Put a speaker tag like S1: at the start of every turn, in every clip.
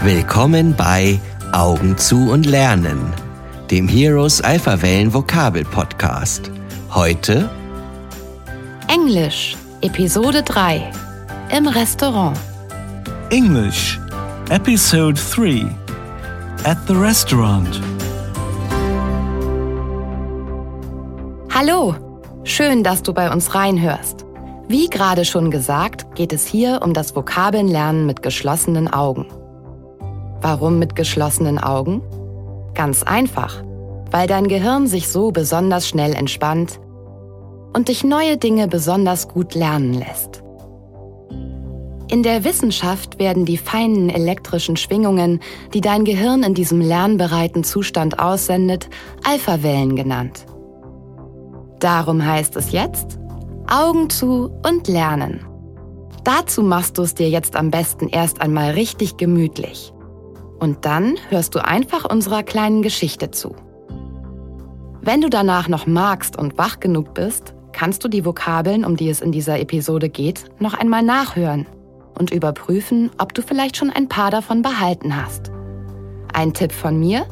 S1: Willkommen bei Augen zu und Lernen, dem Heroes Alphawellen Vokabel Podcast. Heute
S2: Englisch, Episode 3. Im Restaurant.
S3: English, Episode 3 At the Restaurant.
S2: Hallo, schön, dass du bei uns reinhörst. Wie gerade schon gesagt, geht es hier um das Vokabelnlernen mit geschlossenen Augen. Warum mit geschlossenen Augen? Ganz einfach, weil dein Gehirn sich so besonders schnell entspannt und dich neue Dinge besonders gut lernen lässt. In der Wissenschaft werden die feinen elektrischen Schwingungen, die dein Gehirn in diesem lernbereiten Zustand aussendet, Alphawellen genannt. Darum heißt es jetzt Augen zu und lernen. Dazu machst du es dir jetzt am besten erst einmal richtig gemütlich. Und dann hörst du einfach unserer kleinen Geschichte zu. Wenn du danach noch magst und wach genug bist, kannst du die Vokabeln, um die es in dieser Episode geht, noch einmal nachhören und überprüfen, ob du vielleicht schon ein paar davon behalten hast. Ein Tipp von mir?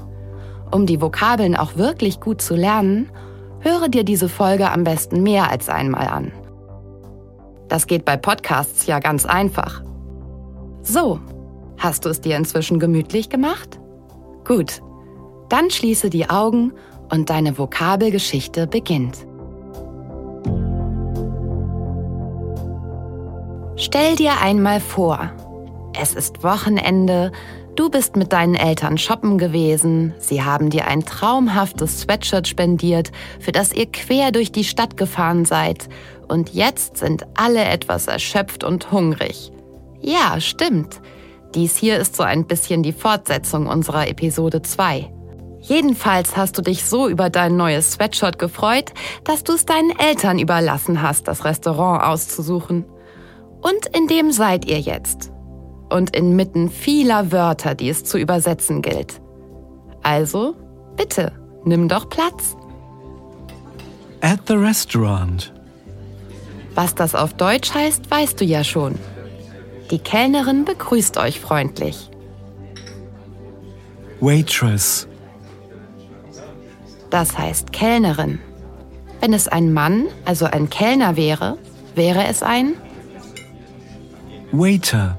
S2: Um die Vokabeln auch wirklich gut zu lernen, höre dir diese Folge am besten mehr als einmal an. Das geht bei Podcasts ja ganz einfach. So, hast du es dir inzwischen gemütlich gemacht? Gut, dann schließe die Augen und deine Vokabelgeschichte beginnt. Stell dir einmal vor, es ist Wochenende, du bist mit deinen Eltern shoppen gewesen, sie haben dir ein traumhaftes Sweatshirt spendiert, für das ihr quer durch die Stadt gefahren seid, und jetzt sind alle etwas erschöpft und hungrig. Ja, stimmt. Dies hier ist so ein bisschen die Fortsetzung unserer Episode 2. Jedenfalls hast du dich so über dein neues Sweatshirt gefreut, dass du es deinen Eltern überlassen hast, das Restaurant auszusuchen. Und in dem seid ihr jetzt. Und inmitten vieler Wörter, die es zu übersetzen gilt. Also, bitte, nimm doch Platz.
S3: At the Restaurant.
S2: Was das auf Deutsch heißt, weißt du ja schon. Die Kellnerin begrüßt euch freundlich.
S3: Waitress.
S2: Das heißt Kellnerin. Wenn es ein Mann, also ein Kellner wäre, wäre es ein,
S3: Waiter.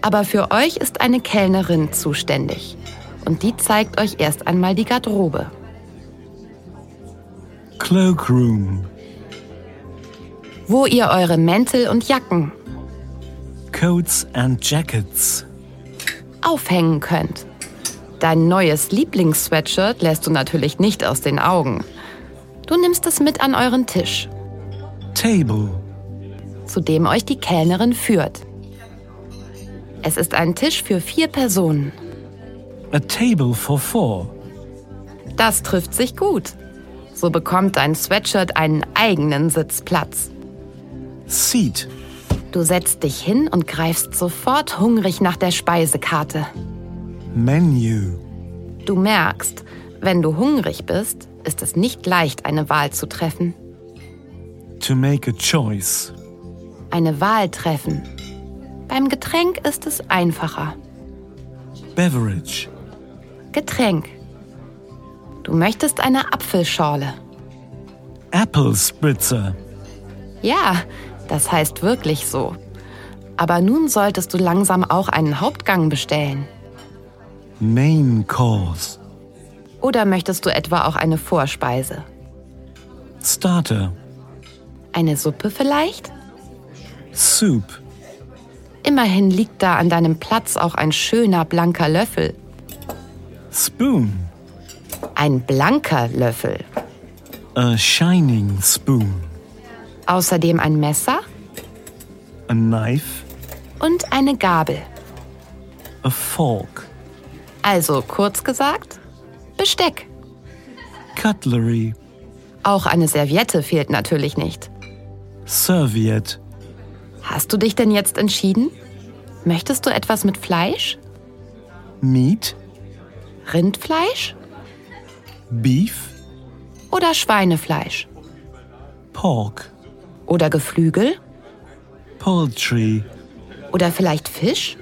S2: aber für euch ist eine Kellnerin zuständig. Und die zeigt euch erst einmal die Garderobe.
S3: Cloakroom.
S2: wo ihr eure Mäntel und Jacken
S3: Coats and jackets.
S2: aufhängen könnt. Dein neues Lieblingssweatshirt lässt du natürlich nicht aus den Augen. Du nimmst es mit an euren Tisch,
S3: Table.
S2: zu dem euch die Kellnerin führt. Es ist ein Tisch für vier Personen.
S3: A table for four.
S2: Das trifft sich gut. So bekommt dein Sweatshirt einen eigenen Sitzplatz.
S3: Seat.
S2: Du setzt dich hin und greifst sofort hungrig nach der Speisekarte.
S3: Menu.
S2: Du merkst, wenn du hungrig bist, ist es nicht leicht, eine Wahl zu treffen.
S3: To make a choice.
S2: eine Wahl treffen. Beim Getränk ist es einfacher.
S3: Beverage.
S2: Getränk. Du möchtest eine Apfelschorle.
S3: Apple spritzer.
S2: Ja, das heißt wirklich so. Aber nun solltest du langsam auch einen Hauptgang bestellen.
S3: Main course.
S2: Oder möchtest du etwa auch eine Vorspeise?
S3: Starter.
S2: Eine Suppe vielleicht?
S3: Soup.
S2: Immerhin liegt da an deinem Platz auch ein schöner blanker Löffel.
S3: Spoon.
S2: Ein blanker Löffel.
S3: A shining spoon.
S2: Außerdem ein Messer
S3: A knife.
S2: und eine Gabel.
S3: A fork.
S2: Also kurz gesagt, Besteck.
S3: Cutlery.
S2: Auch eine Serviette fehlt natürlich nicht.
S3: Serviette.
S2: Hast du dich denn jetzt entschieden? Möchtest du etwas mit Fleisch?
S3: Meat.
S2: Rindfleisch
S3: Beef.
S2: oder Schweinefleisch?
S3: Pork.
S2: Oder Geflügel?
S3: Poultry.
S2: Oder vielleicht Fisch?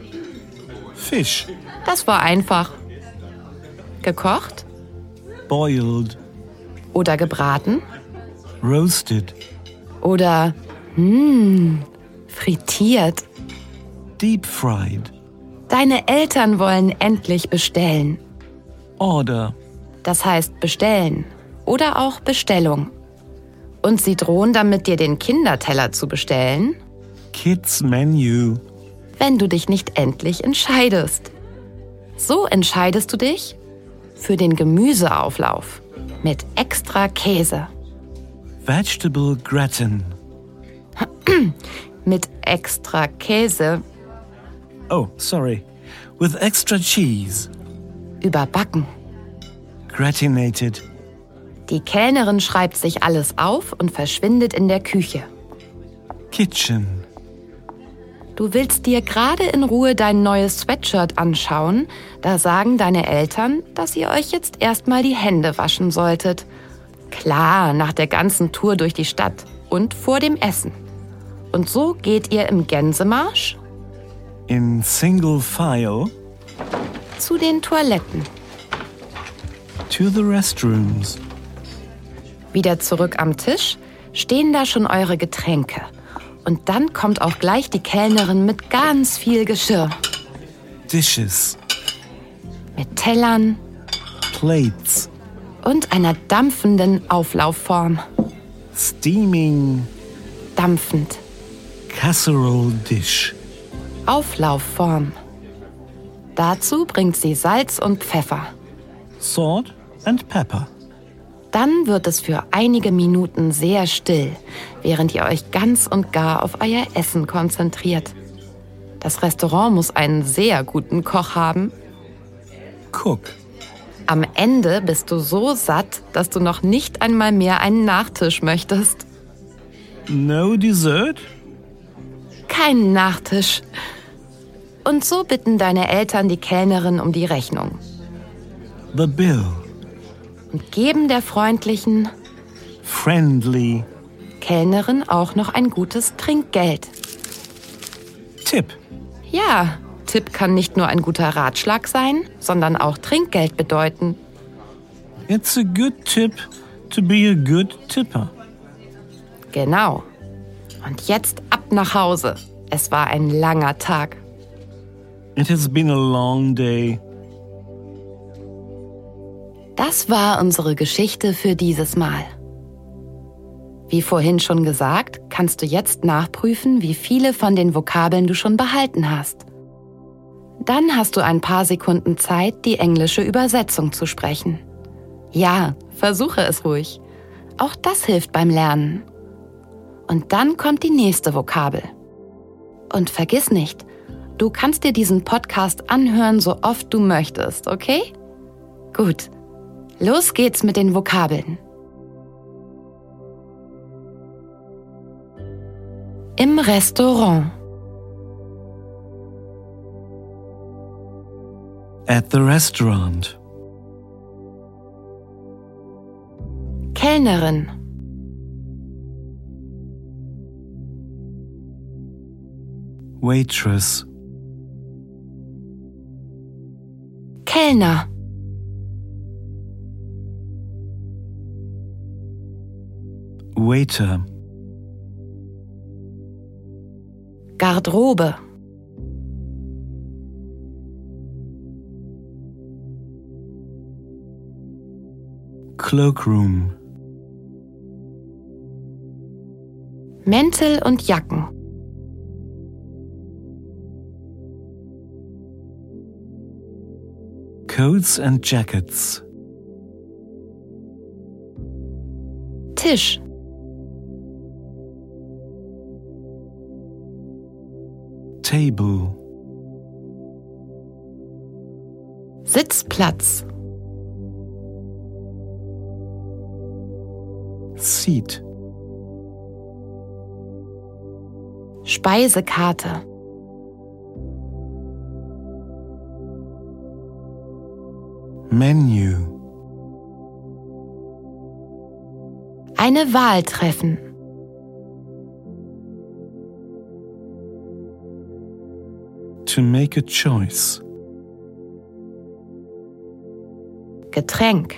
S3: Fish.
S2: Das war einfach. Gekocht
S3: Boiled.
S2: oder gebraten
S3: Roasted.
S2: oder mh, frittiert.
S3: Deep fried.
S2: Deine Eltern wollen endlich bestellen.
S3: Order.
S2: Das heißt bestellen oder auch Bestellung. Und sie drohen damit, dir den Kinderteller zu bestellen,
S3: Kids menu.
S2: wenn du dich nicht endlich entscheidest. So entscheidest du dich für den Gemüseauflauf mit extra Käse,
S3: Vegetable gratin.
S2: mit extra Käse
S3: Oh, sorry. With extra cheese.
S2: überbacken.
S3: Gratinated.
S2: Die Kellnerin schreibt sich alles auf und verschwindet in der Küche.
S3: Kitchen.
S2: Du willst dir gerade in Ruhe dein neues Sweatshirt anschauen, da sagen deine Eltern, dass ihr euch jetzt erstmal die Hände waschen solltet. Klar, nach der ganzen Tour durch die Stadt und vor dem Essen. Und so geht ihr im Gänsemarsch
S3: In single file.
S2: zu den Toiletten.
S3: To the restrooms.
S2: Wieder zurück am Tisch stehen da schon eure Getränke. Und dann kommt auch gleich die Kellnerin mit ganz viel Geschirr.
S3: Dishes.
S2: Mit Tellern
S3: Plates.
S2: und einer dampfenden Auflaufform.
S3: Steaming
S2: Dampfend.
S3: casserole dish.
S2: Auflaufform. Dazu bringt sie Salz und Pfeffer.
S3: Salt and pepper.
S2: Dann wird es für einige Minuten sehr still, während ihr euch ganz und gar auf euer Essen konzentriert. Das Restaurant muss einen sehr guten Koch haben.
S3: Cook.
S2: Am Ende bist du so satt, dass du noch nicht einmal mehr einen Nachtisch möchtest.
S3: No dessert?
S2: Keinen Nachtisch. Und so bitten deine Eltern die Kellnerin um die Rechnung
S3: The bill.
S2: und geben der freundlichen,
S3: Friendly.
S2: Kellnerin auch noch ein gutes Trinkgeld.
S3: Tip.
S2: Ja, Tipp kann nicht nur ein guter Ratschlag sein, sondern auch Trinkgeld bedeuten.
S3: It's a good tip to be a good tipper.
S2: Genau. Und jetzt ab nach Hause. Es war ein langer Tag.
S3: It has been a long day.
S2: Das war unsere Geschichte für dieses Mal. Wie vorhin schon gesagt, kannst du jetzt nachprüfen, wie viele von den Vokabeln du schon behalten hast. Dann hast du ein paar Sekunden Zeit, die englische Übersetzung zu sprechen. Ja, versuche es ruhig. Auch das hilft beim Lernen. Und dann kommt die nächste Vokabel. Und vergiss nicht, du kannst dir diesen Podcast anhören, so oft du möchtest, okay? Gut. Los geht's mit den Vokabeln. Im Restaurant,
S3: At the restaurant.
S2: Kellnerin,
S3: Waitress.
S2: Kellner,
S3: Waiter.
S2: Garderobe,
S3: Cloakroom.
S2: Mäntel und Jacken,
S3: Coats and jackets.
S2: Tisch,
S3: Table.
S2: Sitzplatz,
S3: Seat.
S2: Speisekarte,
S3: Menu.
S2: eine Wahl treffen,
S3: To make a choice.
S2: Getränk.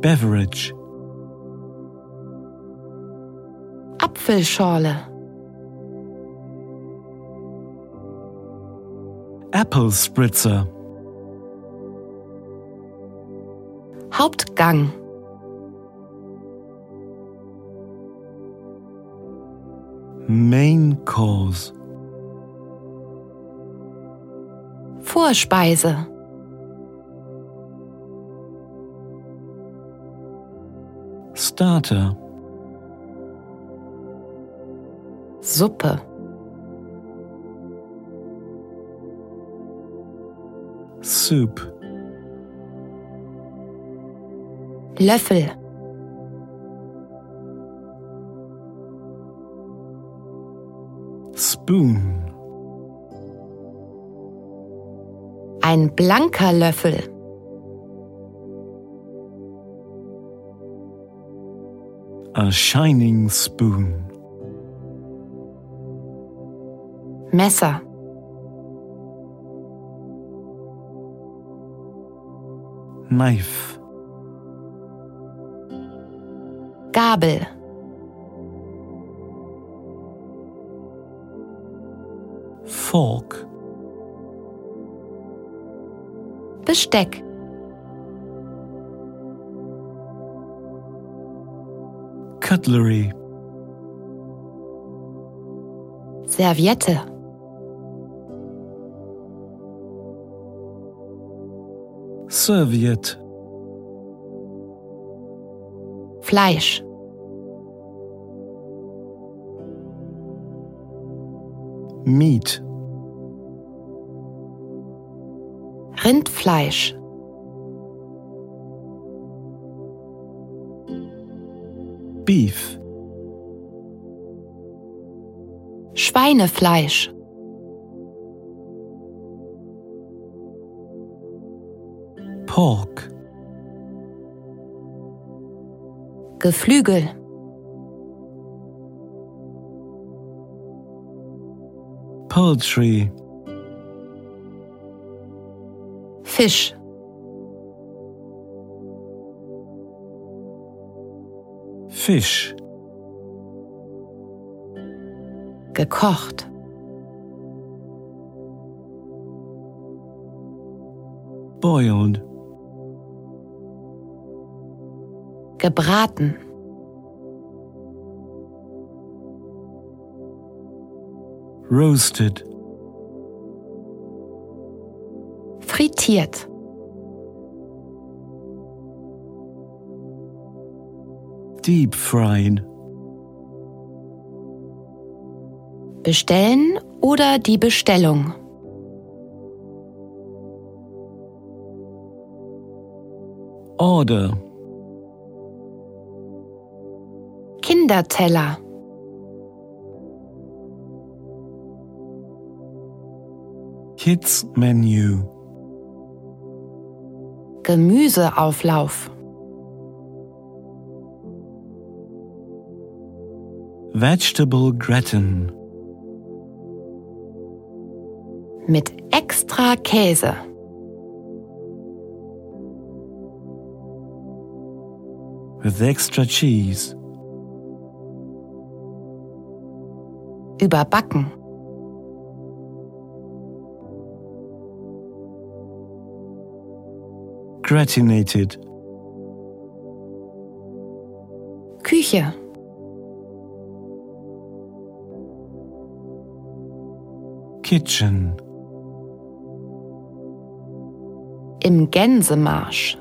S3: Beverage.
S2: Apfelschorle.
S3: Apple Spritzer.
S2: Hauptgang.
S3: Main Course.
S2: Vorspeise.
S3: Starter.
S2: Suppe.
S3: Soup.
S2: Löffel.
S3: Spoon.
S2: Ein blanker Löffel.
S3: A shining spoon.
S2: Messer.
S3: Knife.
S2: Gabel.
S3: Fork.
S2: Besteck.
S3: Cutlery.
S2: Serviette.
S3: Serviette.
S2: Fleisch.
S3: Meat.
S2: Rindfleisch.
S3: Beef.
S2: Schweinefleisch.
S3: Pork.
S2: Geflügel.
S3: Poultry.
S2: Fisch.
S3: Fish.
S2: Gekocht.
S3: Boiled.
S2: Gebraten.
S3: Roasted.
S2: Frittiert.
S3: Deep fried.
S2: Bestellen oder die Bestellung.
S3: Order.
S2: Kinderteller.
S3: Kids menu.
S2: Gemüseauflauf.
S3: Vegetable gratin.
S2: Mit extra Käse.
S3: With extra cheese.
S2: Überbacken.
S3: Gratinated.
S2: Küche.
S3: Kitchen.
S2: Im Gänsemarsch.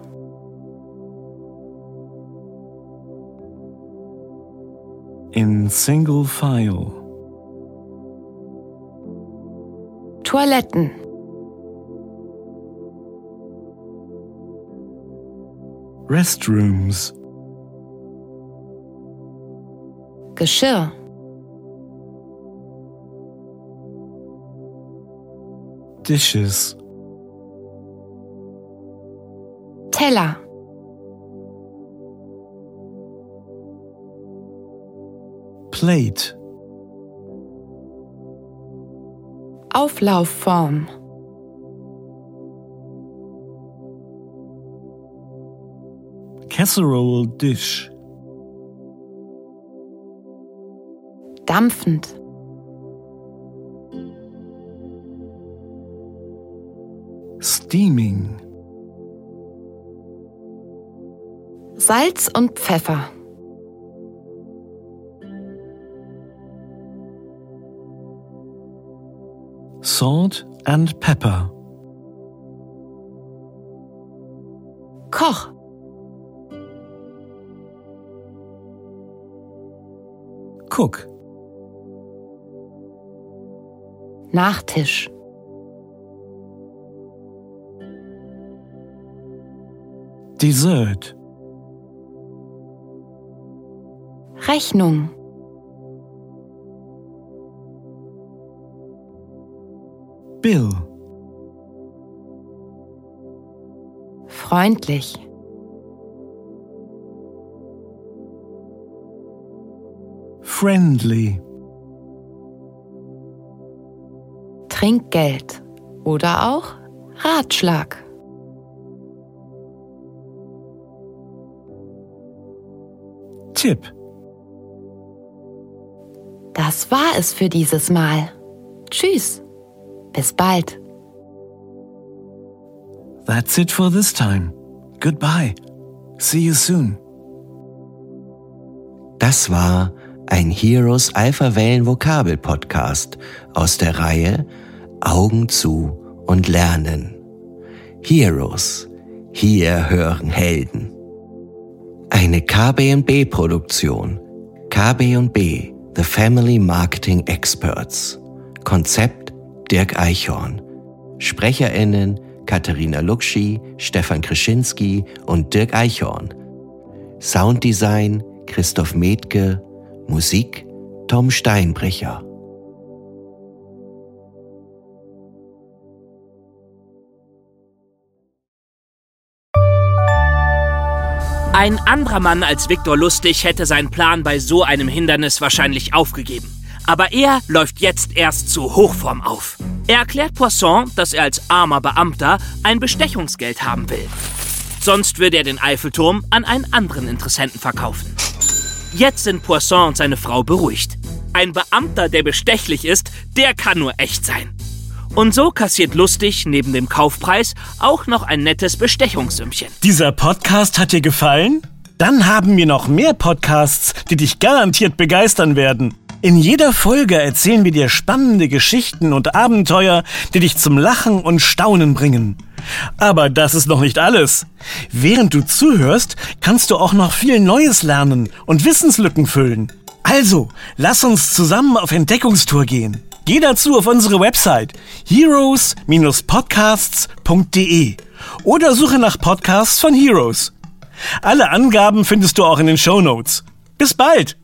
S3: In single file.
S2: Toiletten.
S3: Restrooms.
S2: Geschirr.
S3: Dishes.
S2: Teller.
S3: Plate.
S2: Auflaufform.
S4: Casserole dish.
S2: Dampfend.
S4: Steaming.
S2: Salz und Pfeffer.
S4: Salt and pepper.
S2: Koch.
S4: Cook.
S2: Nachtisch.
S4: Dessert.
S2: Rechnung.
S4: Bill.
S2: Freundlich.
S4: Friendly.
S2: Trinkgeld. Oder auch Ratschlag.
S4: Tip.
S2: Das war es für dieses Mal. Tschüss. Bis bald.
S4: That's it for this time. Goodbye. See you soon.
S1: Das war ein Heroes Alpha Wellen Vokabel Podcast aus der Reihe Augen zu und lernen. Heroes. Hier hören Helden. Eine KBB Produktion. KBB, The Family Marketing Experts. Konzept Dirk Eichhorn. SprecherInnen Katharina Luxi, Stefan Krischinski und Dirk Eichhorn. Sounddesign Christoph Metke, Musik Tom Steinbrecher.
S5: Ein anderer Mann als Viktor Lustig hätte seinen Plan bei so einem Hindernis wahrscheinlich aufgegeben. Aber er läuft jetzt erst zu Hochform auf. Er erklärt Poisson, dass er als armer Beamter ein Bestechungsgeld haben will. Sonst würde er den Eiffelturm an einen anderen Interessenten verkaufen. Jetzt sind Poisson und seine Frau beruhigt. Ein Beamter, der bestechlich ist, der kann nur echt sein. Und so kassiert Lustig neben dem Kaufpreis auch noch ein nettes Bestechungssümmchen.
S3: Dieser Podcast hat dir gefallen? Dann haben wir noch mehr Podcasts, die dich garantiert begeistern werden. In jeder Folge erzählen wir dir spannende Geschichten und Abenteuer, die dich zum Lachen und Staunen bringen. Aber das ist noch nicht alles. Während du zuhörst, kannst du auch noch viel Neues lernen und Wissenslücken füllen. Also, lass uns zusammen auf Entdeckungstour gehen. Geh dazu auf unsere Website heroes-podcasts.de oder suche nach Podcasts von Heroes. Alle Angaben findest du auch in den Show Notes. Bis bald!